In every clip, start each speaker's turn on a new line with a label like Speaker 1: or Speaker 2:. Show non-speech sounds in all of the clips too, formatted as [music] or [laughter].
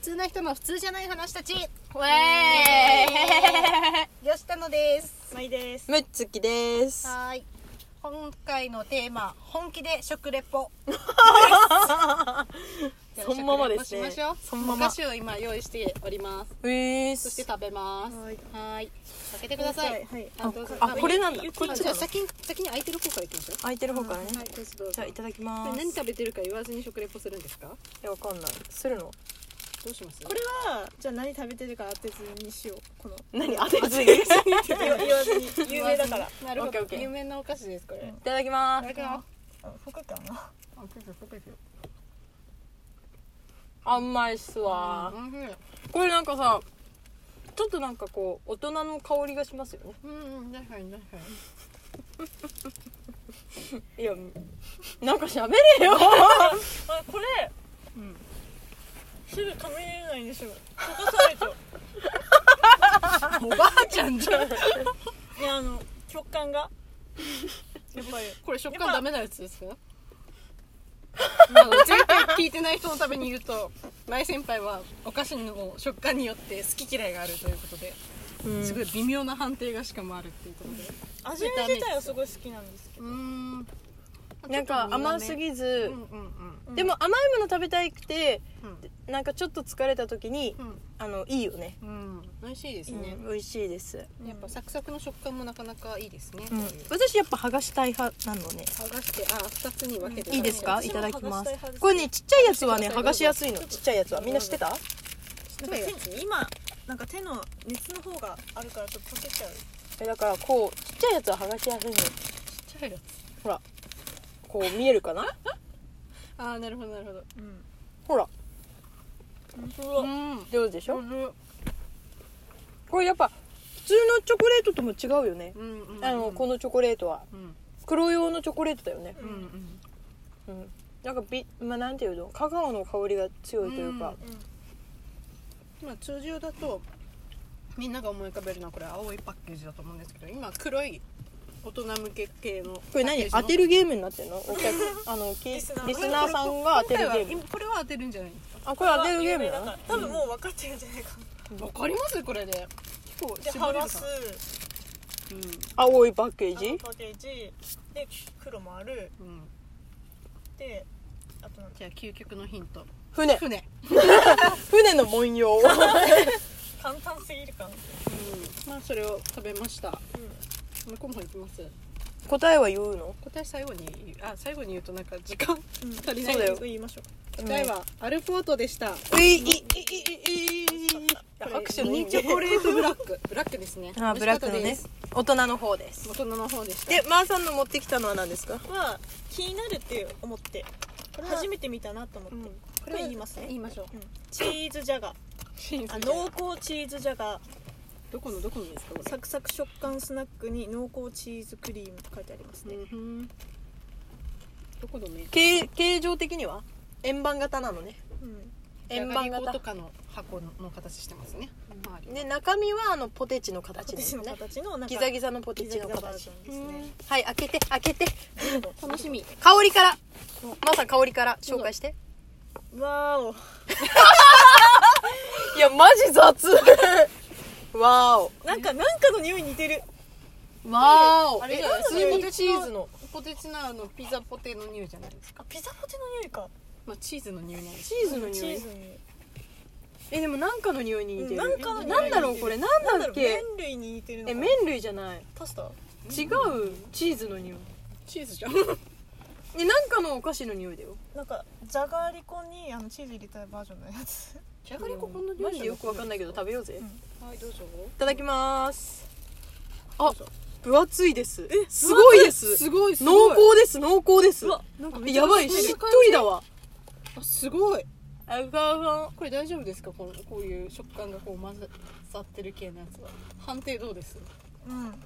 Speaker 1: 通な人の普通じゃない話たち。ウェーイ。吉田のです。
Speaker 2: まいです。
Speaker 3: むっつきです。
Speaker 1: はーい。今回のテーマ、本気で食レ [laughs] ポ。
Speaker 3: そのままです
Speaker 1: 食レ
Speaker 3: ね
Speaker 1: ポしましょう。
Speaker 3: そのまま
Speaker 1: お菓子を今用意しております。
Speaker 3: うえー
Speaker 1: そし
Speaker 3: す
Speaker 1: て。食べます。
Speaker 2: はい
Speaker 1: はーい。開けてください。
Speaker 2: はい。
Speaker 1: あどうぞ
Speaker 3: あ、これなんだ。こ
Speaker 1: あ
Speaker 3: っち
Speaker 1: じゃあ。
Speaker 3: だ
Speaker 1: 先に先に空いてる方からいきましょう。
Speaker 3: 空いてる方からね。
Speaker 1: はい、どうぞどう
Speaker 3: じ
Speaker 1: ぞ
Speaker 3: ゃあいただき
Speaker 1: こ
Speaker 3: ま
Speaker 1: れ
Speaker 3: す。
Speaker 1: 何食べてるか言わずに食レポするんですか
Speaker 3: え、わかんない。するの。
Speaker 1: どうします
Speaker 2: これはじゃあ何食べてるか当てずにしよう。この
Speaker 3: 何当てず [laughs] に。い
Speaker 2: 言わずに有名だから。
Speaker 1: なるほ
Speaker 3: オッケー
Speaker 1: ど
Speaker 3: オッケー
Speaker 1: 有名なお菓子ですこれ
Speaker 3: ただきま
Speaker 1: いただき
Speaker 3: す。
Speaker 1: ます
Speaker 2: ふかかな。
Speaker 1: あ結構結構
Speaker 3: あんまいっすわ。
Speaker 1: あ美味しい
Speaker 3: これなんかさ。ちょっとなんかこう大人の香りがしますよね。
Speaker 1: うんうん確かに確かに
Speaker 3: いや、なんか喋れよ。
Speaker 2: あこれ。
Speaker 1: ん
Speaker 2: すぐ食べれないでしょ。溶かさないと。
Speaker 1: おばあちゃんじゃん
Speaker 2: いやあの食感 [laughs] がやっぱり。
Speaker 1: これ食
Speaker 2: や
Speaker 1: 感
Speaker 2: っぱ
Speaker 1: ダメなやつですかなんか前回聞いてない人のために言うと前先輩はお菓子の食感によって好き嫌いがあるということで
Speaker 3: うん
Speaker 1: すごい微妙な判定がしかもあるっていうことで
Speaker 2: 味見自体はすごい好きなんですけど。
Speaker 1: うん
Speaker 3: なんか甘すぎ
Speaker 1: う
Speaker 3: ず
Speaker 1: んうん。うん
Speaker 2: うん
Speaker 3: でも甘いもの食べたいくて、
Speaker 1: うん
Speaker 3: なんかちょっと疲れた時に、
Speaker 1: うん
Speaker 3: あのいいよね。
Speaker 1: うん美味しいです
Speaker 3: ね
Speaker 1: ね、
Speaker 3: 美味しいです、
Speaker 1: やっぱサクサクの食感もなかなかいいですね、こういう
Speaker 3: 私やっぱ剥がしたい派なのね
Speaker 1: 剥がしてあ二つに分けて
Speaker 3: いいですか
Speaker 2: 私
Speaker 3: い
Speaker 2: も
Speaker 3: ただきま
Speaker 2: 剥がしたい派ですす
Speaker 3: これねちっちゃいやつはね
Speaker 1: 剥
Speaker 3: 剥
Speaker 1: が
Speaker 3: が
Speaker 1: し
Speaker 3: し
Speaker 1: や
Speaker 3: や
Speaker 1: す
Speaker 3: す
Speaker 1: い
Speaker 3: いのちっちゃいやつはみんな知ってた
Speaker 2: なんか手今なんか手の熱の方があるからちょっと溶けちゃう。
Speaker 3: えだからこうちっちゃいやつは剥がしやすいの
Speaker 1: ちっちゃいやつ
Speaker 3: ほらこう見えるかな
Speaker 1: ああなるほどなるほど
Speaker 2: うん。
Speaker 3: ほら
Speaker 2: 本当だ。
Speaker 1: ん
Speaker 3: 上手でしょ、
Speaker 1: うん
Speaker 3: これやっぱ普通のチョコレートとも違うよね、
Speaker 1: うんうん
Speaker 3: あのこのチョコレートは
Speaker 1: うん
Speaker 3: 黒用のチョコレートだよね
Speaker 1: うんうん
Speaker 3: うんなんかビまあなんていうのカカオの香りが強いというか、
Speaker 1: 今通常だとみんなが思い浮かべるのはこれ青いパッケージだと思うんですけど今黒い大人向け系の
Speaker 3: これ何当て
Speaker 1: る
Speaker 3: るゲームになってるのお客あ [laughs] のきリ
Speaker 2: リ
Speaker 3: ス
Speaker 2: スナー
Speaker 3: ナーさんが当てるゲーム
Speaker 1: これは当てるんじゃないですか
Speaker 3: あこれ当てるゲームなの
Speaker 2: 多分もう分かってるんじゃないかな。
Speaker 1: わかりますこれで結構
Speaker 2: で
Speaker 1: 絞
Speaker 2: 剥
Speaker 1: れ
Speaker 2: が
Speaker 1: るか
Speaker 2: す。
Speaker 1: なうん
Speaker 3: 青いパッケー [laughs]
Speaker 2: あの
Speaker 3: ジ
Speaker 2: パッケージで黒もある
Speaker 1: うん
Speaker 2: であとなんだ
Speaker 1: じゃあ究極のヒント
Speaker 3: 船
Speaker 1: 船
Speaker 3: 船の文 [laughs] 様
Speaker 2: 簡単すぎるかな
Speaker 1: うんまあそれを食べました
Speaker 2: う
Speaker 1: 向こうも行きます
Speaker 3: 答えは言うの
Speaker 1: 答え最後にあ最後に言うとなんか時間
Speaker 2: ん、
Speaker 1: 足りな
Speaker 3: そ
Speaker 1: いう
Speaker 3: だよ
Speaker 2: 言いましょう
Speaker 1: 答えはアルフォートでした
Speaker 3: ういいいいいいいい拍手の
Speaker 1: ミ
Speaker 3: 意
Speaker 1: ニチョコ
Speaker 3: 味
Speaker 1: レートブラックブラックですね
Speaker 3: あブラックの
Speaker 1: 美味
Speaker 3: ね
Speaker 1: しかっ
Speaker 3: 大人の方で
Speaker 1: た
Speaker 3: す
Speaker 1: です大人の方でした
Speaker 3: でマーさんの持ってきたのは何ですか
Speaker 2: は気になるって思ってこれ初めて見たなと思って、これは言いますね
Speaker 1: 言いましょう
Speaker 2: うんチーズジャガー
Speaker 1: チー
Speaker 2: あ
Speaker 1: ズじゃん
Speaker 2: 濃厚チーズジャガー
Speaker 1: どこのどこのですかこれ
Speaker 2: サクサク食感スナックに濃厚チーズクリームって書いてありますね、
Speaker 1: うんふんどこのメーカ
Speaker 3: 形形状的には円盤型なのね
Speaker 2: うん
Speaker 1: ー
Speaker 3: 円盤
Speaker 1: じゃがりことか
Speaker 3: 型
Speaker 1: の箱のの形してますね周り
Speaker 3: で中身はあのポテチの形で
Speaker 2: 私
Speaker 3: す
Speaker 2: の
Speaker 3: ね
Speaker 2: 形のなんか
Speaker 3: ギザギザのポテ
Speaker 2: ギザ
Speaker 3: チ
Speaker 2: ギザ
Speaker 3: の
Speaker 2: バージ
Speaker 3: 形
Speaker 2: ョンで
Speaker 1: う
Speaker 2: すね
Speaker 1: ん
Speaker 3: はい開けて開けて
Speaker 1: 楽しみ
Speaker 3: 香りからマーさん香りから紹介して
Speaker 2: わーお
Speaker 3: いやマジ [laughs] 雑わーお
Speaker 2: なんかなんかの匂い似てる
Speaker 3: わーお
Speaker 1: あれ
Speaker 3: え
Speaker 1: じゃない
Speaker 3: スイートチーズの
Speaker 1: ポテチナーのピザポテの匂いじゃないですか
Speaker 2: あピザポテの匂いか
Speaker 1: まあチーズの匂いなんです
Speaker 3: チーズの
Speaker 2: チ
Speaker 3: 匂い
Speaker 2: ーズの匂い
Speaker 3: えでもなんかの匂いに似てる、
Speaker 2: うんなんかの匂いに似てる
Speaker 3: なんだろうこれなん
Speaker 2: なん
Speaker 3: だ
Speaker 2: だろ
Speaker 3: っ
Speaker 2: う
Speaker 3: け
Speaker 2: 麺類に似てるのか
Speaker 3: え
Speaker 2: な
Speaker 3: 麺類じゃない
Speaker 2: パスタ
Speaker 3: 違うチーズの匂い
Speaker 1: チーズじゃん
Speaker 3: えなんかのお菓子の匂いだよ
Speaker 2: なんかじゃがりこにあのチーズ入れたバージョンのやつ
Speaker 1: じゃがりここんな
Speaker 3: の
Speaker 1: 料
Speaker 3: マ
Speaker 1: 理で
Speaker 3: ジでよくわかんないけど食べようぜ、
Speaker 2: うん
Speaker 3: い
Speaker 1: はいどうぞ
Speaker 3: ただきますあ
Speaker 1: うぞ
Speaker 3: 分厚いですえすごいです
Speaker 1: すごいす
Speaker 3: 濃
Speaker 1: ごい
Speaker 3: 厚です濃厚です
Speaker 1: うわなんかめちゃ
Speaker 3: やばい
Speaker 1: めちゃ
Speaker 3: しっとりだわ
Speaker 1: あすごい
Speaker 3: あがが
Speaker 1: これ大丈夫ですかこのこういう食感がこう混ざってる系のやつは判定どうです
Speaker 2: う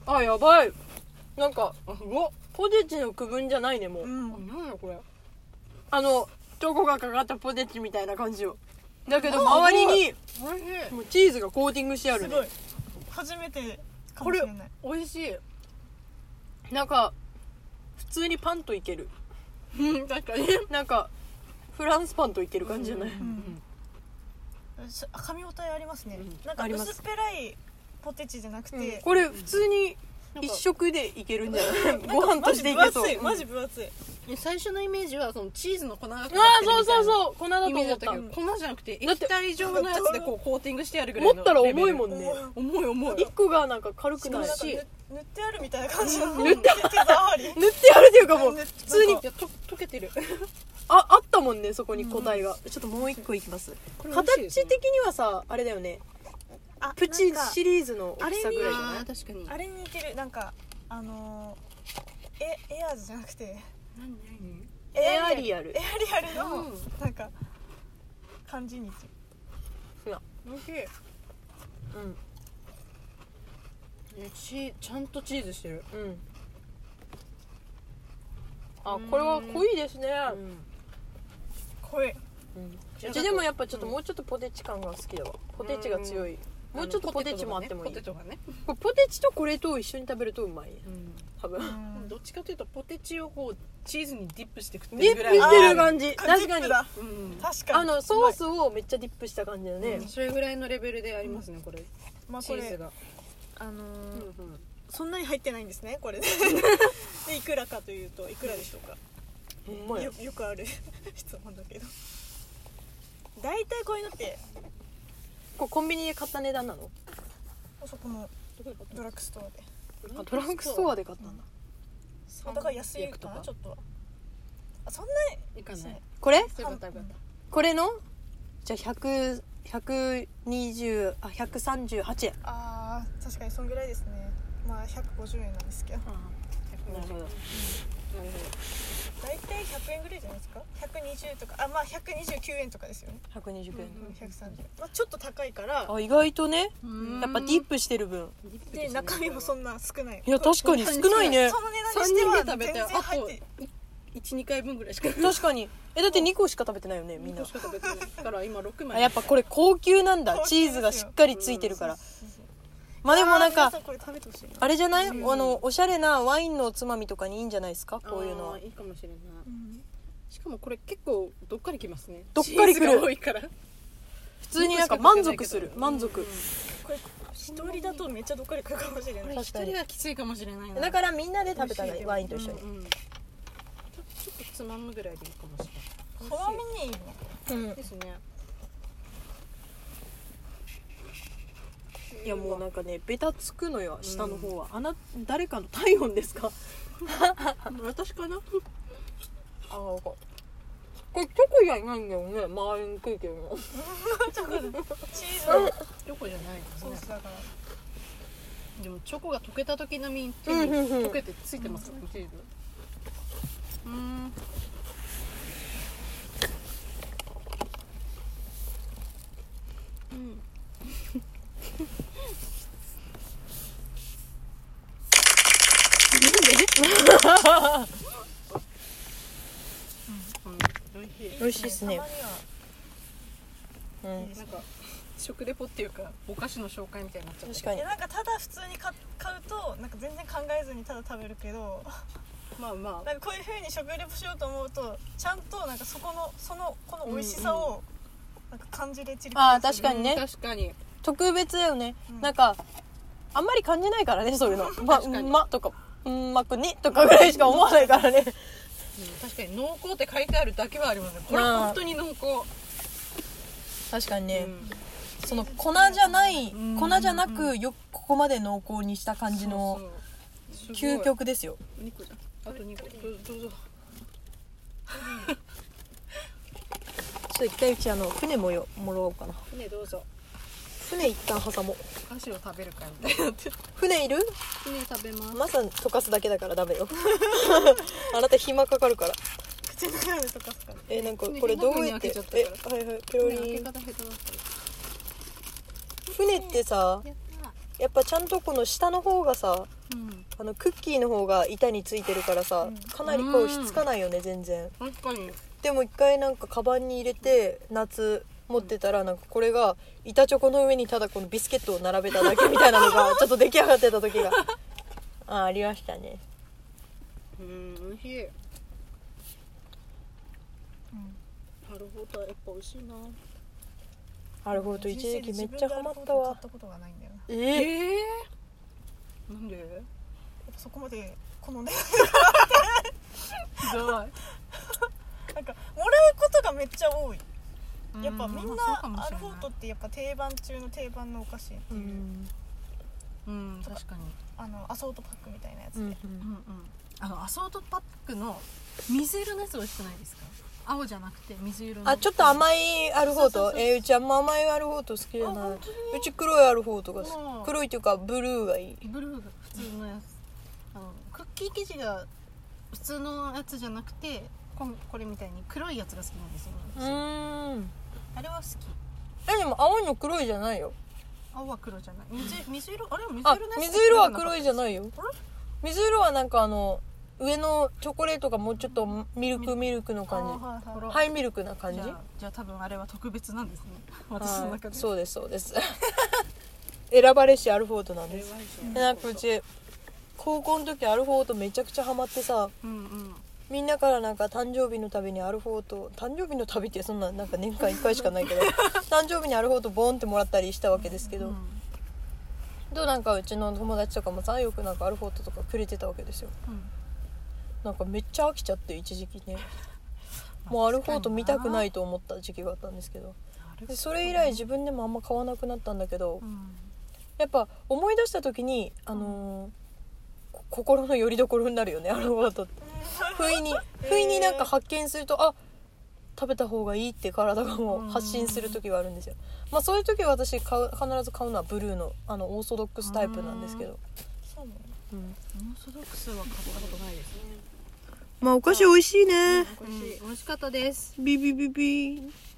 Speaker 3: あやばいなんか
Speaker 1: あすごっ
Speaker 3: ポテチの区分じゃないねもう、
Speaker 2: んうん
Speaker 1: 何やこれ
Speaker 3: あのチョコがかかったポテチみたいな感じよだけど周りに
Speaker 1: おいしい
Speaker 3: もうチーズがコーティングしてある
Speaker 2: す
Speaker 3: ね
Speaker 2: ごい初めてかもしれない
Speaker 1: おいしい
Speaker 3: なんか普通にパンといける
Speaker 1: [laughs] うん確かに
Speaker 3: なんかフランスパンといける感じじゃない、
Speaker 2: うんす噛み応えありますね、
Speaker 3: うん
Speaker 2: なんか
Speaker 3: あります
Speaker 2: 薄っぺらいポテチじゃなくて、
Speaker 3: うんこれ普通に
Speaker 1: なん
Speaker 3: 一
Speaker 1: か
Speaker 3: 食でいけるんじゃない [laughs] ご飯としていけそう
Speaker 2: マジ分厚いマジ分厚い
Speaker 1: 最初のイメージはそのチーズの粉がかかって
Speaker 3: う
Speaker 1: る
Speaker 3: わーそうそうそう粉だと
Speaker 1: イメージ
Speaker 3: 思
Speaker 1: だ
Speaker 3: っ
Speaker 1: った
Speaker 3: た
Speaker 1: けど粉じゃなくて液体状のやつでこうコーティングしてあるぐら
Speaker 3: 持
Speaker 1: いの
Speaker 3: ったら重い
Speaker 1: ん
Speaker 3: もんね
Speaker 1: 重い重い
Speaker 3: 一個がなんか軽くな
Speaker 2: ないんか
Speaker 3: し
Speaker 1: し
Speaker 2: 塗塗ってあるみたいな感じの
Speaker 1: うん
Speaker 2: 塗ってあり
Speaker 3: 塗ってあるっていうかもう
Speaker 2: うん
Speaker 3: 普通に
Speaker 1: いやと溶けてる
Speaker 3: ああったもんねそこに答えが、ちょっともう一個いきます
Speaker 1: これ美味しいです
Speaker 3: 形
Speaker 1: ね
Speaker 3: 的にはさあれだよね
Speaker 2: あ
Speaker 3: プチ
Speaker 2: なんか
Speaker 3: シリーズの大きさぐらいじゃな
Speaker 1: あ
Speaker 3: い
Speaker 1: ー確かに
Speaker 2: あれに似てるなんかあのー、エエアーズじゃなくて
Speaker 1: 何何
Speaker 3: エアリアル
Speaker 2: エアリアルの、
Speaker 1: うん
Speaker 2: なんか感じに似てる
Speaker 1: 美味しい
Speaker 3: うん
Speaker 1: えちちゃんとチーズしてる、
Speaker 3: うんあ
Speaker 1: うん
Speaker 3: これは濃いですね
Speaker 2: 濃
Speaker 3: う
Speaker 2: い
Speaker 3: んうちでもやっぱちょっともうちょっとポテチ感が好きだわポテチが強いもうちょっとポテチもあってもいい
Speaker 1: ポテトがね、
Speaker 3: これポテチとこれと一緒に食べるとうまいね多分
Speaker 2: うん
Speaker 1: どっちかというとポテチをこうチーズにディップして食ってる
Speaker 3: ディッ
Speaker 1: ぐ
Speaker 3: プ
Speaker 1: らい
Speaker 3: してる感じ
Speaker 2: あ
Speaker 3: 確か
Speaker 2: ディップ
Speaker 3: に
Speaker 2: だ
Speaker 1: うん
Speaker 2: 確かに
Speaker 3: あのソースをめっちゃディップした感じだね、
Speaker 1: うんそれぐらいのレベルでありますねこれ
Speaker 2: まあ
Speaker 1: チ
Speaker 2: こ
Speaker 1: ーズ
Speaker 2: れ
Speaker 1: が
Speaker 2: あのー
Speaker 1: うんうん
Speaker 2: そんなに入ってないんですね [laughs] これででいくらかというといくらでしょうか
Speaker 3: ほんまや
Speaker 2: よよくある [laughs] 質問だけど大体こういうのって
Speaker 3: これコンビニで買った値段なの
Speaker 2: あそこのドラッグストアで
Speaker 3: あドラッグストアで買ったんだ
Speaker 2: あだから安いかな
Speaker 1: 300
Speaker 2: ちょっとはあそんな
Speaker 1: とかいかない
Speaker 3: これ
Speaker 1: そういうことよかった
Speaker 3: これのじゃあ100 120あ138円
Speaker 2: あー確かにそんぐらいですねまあ150円なんですけど
Speaker 3: なるほど
Speaker 1: なるほ
Speaker 2: 大体100円ぐらいじゃないですか120とかあまあ129円とかですよね、
Speaker 3: 120円、
Speaker 2: うん、130まあちょっと高いから
Speaker 3: あ意外とね
Speaker 1: ど
Speaker 3: やっぱディップしてる分
Speaker 1: ディップ
Speaker 2: で中身もそんな少ない
Speaker 3: いや確かに少ないね
Speaker 2: その値段
Speaker 1: 3
Speaker 2: にしては
Speaker 1: 人で食
Speaker 2: 全
Speaker 1: べて
Speaker 2: 然
Speaker 1: あ
Speaker 2: 入っ
Speaker 1: と
Speaker 2: て
Speaker 1: 12回分ぐらいしか
Speaker 3: 確かにえだって2個しか食べてないよねみんな
Speaker 1: 2個しか食べてないから今6
Speaker 3: あ
Speaker 1: 枚
Speaker 3: やっぱこれ高級なんだ
Speaker 2: 高級
Speaker 3: チ
Speaker 2: ですよ
Speaker 3: ーズがしっかりついてるから
Speaker 2: そう
Speaker 3: まあでもなん
Speaker 2: あー皆
Speaker 3: か
Speaker 2: さこれ食べてほしいな
Speaker 3: あれじゃないあのおしゃれなワインのおつまみとかにいいんじゃないですかこういうの
Speaker 1: あ
Speaker 3: は
Speaker 1: ーいいかもしれない
Speaker 2: うん
Speaker 1: しかもこれ結構どっかりきますね
Speaker 3: どっかり
Speaker 1: チ
Speaker 3: 来る
Speaker 1: ーズが多いから
Speaker 3: 普通になんか満足
Speaker 1: [laughs]
Speaker 3: する満足
Speaker 2: これ一人だとめっちゃどっかり食うかもしれない
Speaker 3: 確
Speaker 1: 一
Speaker 3: かに
Speaker 1: 人はきついかもしれないな
Speaker 3: だからみんなで食べたら
Speaker 2: 美味しい
Speaker 3: ワインと一緒
Speaker 1: う
Speaker 3: に
Speaker 1: んちょちょっとつまむぐらいでいいかもしれない
Speaker 2: 好みにいいの
Speaker 3: うん
Speaker 1: ですね
Speaker 3: いやもうなんかねベタつくのよ下の方は、あな誰かの体温ですか
Speaker 1: 私かな
Speaker 3: ああこれチョコじゃないんだよね周りについてるの
Speaker 2: チーズの
Speaker 1: チョコじゃないです
Speaker 2: ソ
Speaker 1: ね
Speaker 2: ースだから
Speaker 1: でもチョコが溶けた時並みに手
Speaker 3: うん
Speaker 1: に
Speaker 3: うんうん
Speaker 1: 溶けてついてますからねチーズうんうん [laughs] なんでうん美味しい
Speaker 3: 美味しいですね
Speaker 2: たまには
Speaker 3: うん
Speaker 1: なんか食レポっていうかお菓子の紹介みたいになっちゃった
Speaker 3: 確か
Speaker 2: い
Speaker 3: に
Speaker 2: やなんかただ普通に買買うとなんか全然考えずにただ食べるけど [laughs]
Speaker 1: まあまあ
Speaker 2: なんかこういう風に食レポしようと思うとちゃんとなんかそこのそのこの美味しさをなんか感じれちり [laughs] ば
Speaker 3: ああ
Speaker 2: められ
Speaker 3: 確
Speaker 2: て
Speaker 3: か
Speaker 2: る
Speaker 3: にね
Speaker 1: 確かに
Speaker 3: 特別だよね、
Speaker 2: うん
Speaker 3: なんかあんまり感じないからね [laughs] そういうの「ま
Speaker 1: 確か
Speaker 3: う
Speaker 1: に
Speaker 3: ま」とか「うんまくね」とかぐらいしか思わないからね
Speaker 1: 確かに濃厚って書いてあるだけはありますねこれ
Speaker 3: まあ
Speaker 1: 本当に濃厚、
Speaker 3: [laughs] 確かにね
Speaker 1: うん
Speaker 3: その粉じゃない
Speaker 1: うん
Speaker 3: 粉じゃなくよここまで濃厚にした感じの
Speaker 1: そうそう
Speaker 3: 究極ですよ
Speaker 1: すごい二個じゃんあと2個どうぞどうぞ
Speaker 3: ちょっと一回うちあの船もよもらおうかな
Speaker 1: 船どうぞ
Speaker 3: 船一旦挟もう
Speaker 1: お菓子を食べるかみたいになってる
Speaker 3: 船いる
Speaker 1: 船食べます
Speaker 3: マサ溶かすだけだからダ [laughs] メよあなた暇かかるから
Speaker 2: 口の中で溶かすから
Speaker 3: えなんかこれどうやって
Speaker 1: ね船開け
Speaker 3: え
Speaker 1: ちゃっ
Speaker 3: はいはいペロ
Speaker 1: 船開け
Speaker 3: リン
Speaker 1: 方下手だっ
Speaker 3: 船ってさ
Speaker 1: たやっ
Speaker 3: やっぱちゃんとこの下の方がさ
Speaker 1: たうん
Speaker 3: あのクッキーの方が板についてるからさ、
Speaker 2: うん
Speaker 3: かなりこうひっつかないよね全然
Speaker 1: 確かに
Speaker 3: でも一回なんかカバンに入れて夏持ってたらなんかこれが板チョコの上にただこのビスケットを並べただけみたいなのがちょっと出来上がってた時
Speaker 1: [laughs]
Speaker 3: があーありましたね
Speaker 1: うん美味しい、なるほどやっぱ美味しいな
Speaker 3: あなるほど一時期めっちゃハマったわ
Speaker 2: 人生で自分でアルフォートを買ったことがないんだよな
Speaker 3: え
Speaker 2: や
Speaker 1: え
Speaker 3: ー、
Speaker 1: えー、なんで
Speaker 2: っぱそこまで好んで [laughs]
Speaker 1: ひどい
Speaker 2: なんかもらうことがめっちゃ多いやっぱみんなアルフォートってやっぱ定番中の定番のお菓子っ
Speaker 3: う
Speaker 2: ていう、
Speaker 3: ん
Speaker 1: うん確かに
Speaker 2: あのアソートパックみたいなやつ
Speaker 3: う
Speaker 2: で、
Speaker 3: ん
Speaker 1: うんうんあのアソートパックの水色のやつ美味しくないですか青じゃなくて水色の
Speaker 3: あちょっと甘いアルフォー
Speaker 1: そうそう
Speaker 3: ト
Speaker 1: そう
Speaker 3: えーうちあんま甘いアルフォート好きじゃ
Speaker 1: あ
Speaker 3: ない
Speaker 1: 本当に
Speaker 3: うち黒いアルフォートが
Speaker 1: う
Speaker 3: 好
Speaker 1: ん
Speaker 3: き黒いというかブルーがいい
Speaker 1: ブルーが普通のやつあのクッキー生地が普通のやつじゃなくてこんこれみたいに黒いやつが好きなんですよ、
Speaker 3: う
Speaker 1: ね
Speaker 3: ーん
Speaker 1: あれは好き
Speaker 3: えでも青いの黒いじゃないよ
Speaker 1: 青は黒じゃない水水色あれ水色
Speaker 3: あ
Speaker 1: のやつ
Speaker 3: 水色は黒いじゃないよ
Speaker 1: あれ
Speaker 3: 水色はなんかあの上のチョコレートがもうちょっとミルクミルクの
Speaker 2: あー
Speaker 3: 感じ
Speaker 2: はいはい
Speaker 1: ほら
Speaker 3: ハイミルクな感じ
Speaker 1: じゃあじゃあ多分あれは特別なんですね私の
Speaker 3: は
Speaker 1: 中
Speaker 3: い
Speaker 1: で
Speaker 3: そうですそうです [laughs] 選ばれしアルフォートなん
Speaker 1: あれ
Speaker 3: です
Speaker 1: は一緒
Speaker 3: でなんかうち高校の時アルフォートめちゃくちゃハマってさ
Speaker 1: うんうん
Speaker 3: みんなからなんか誕生日のたびにアルフォート誕生日のたびってそんななんか年間1回しかない
Speaker 1: [laughs]
Speaker 3: けど誕生日にアルフォートボンってもらったりしたわけですけ
Speaker 1: う
Speaker 3: ど、
Speaker 1: ん
Speaker 3: どうなんかうちの友達とかもさよくなんかアルフォートとかくれてたわけですよ
Speaker 1: うん
Speaker 3: なんかめっちゃ飽きちゃって一時
Speaker 1: [laughs]
Speaker 3: 期ねもうアルフォート見たくないと思った時期があったんですけどでそれ以来自分でもあんま買わなくなったんだけど
Speaker 1: うん
Speaker 3: やっぱ思い出した時にあのーこ心の拠り所になるよねアルフォートって不意に不意になんか発見するとあ食べた方がいいって体がもう発信する時があるんですよ、まあ、そういう時は私買う必ず買うのはブルーのあのオーソドックスタイプなんですけど、
Speaker 2: そうなの
Speaker 3: うん
Speaker 1: オーソドックスは買ったことないですね
Speaker 3: まあお菓子美味しいね
Speaker 1: 美味しかったです
Speaker 3: ビビビビ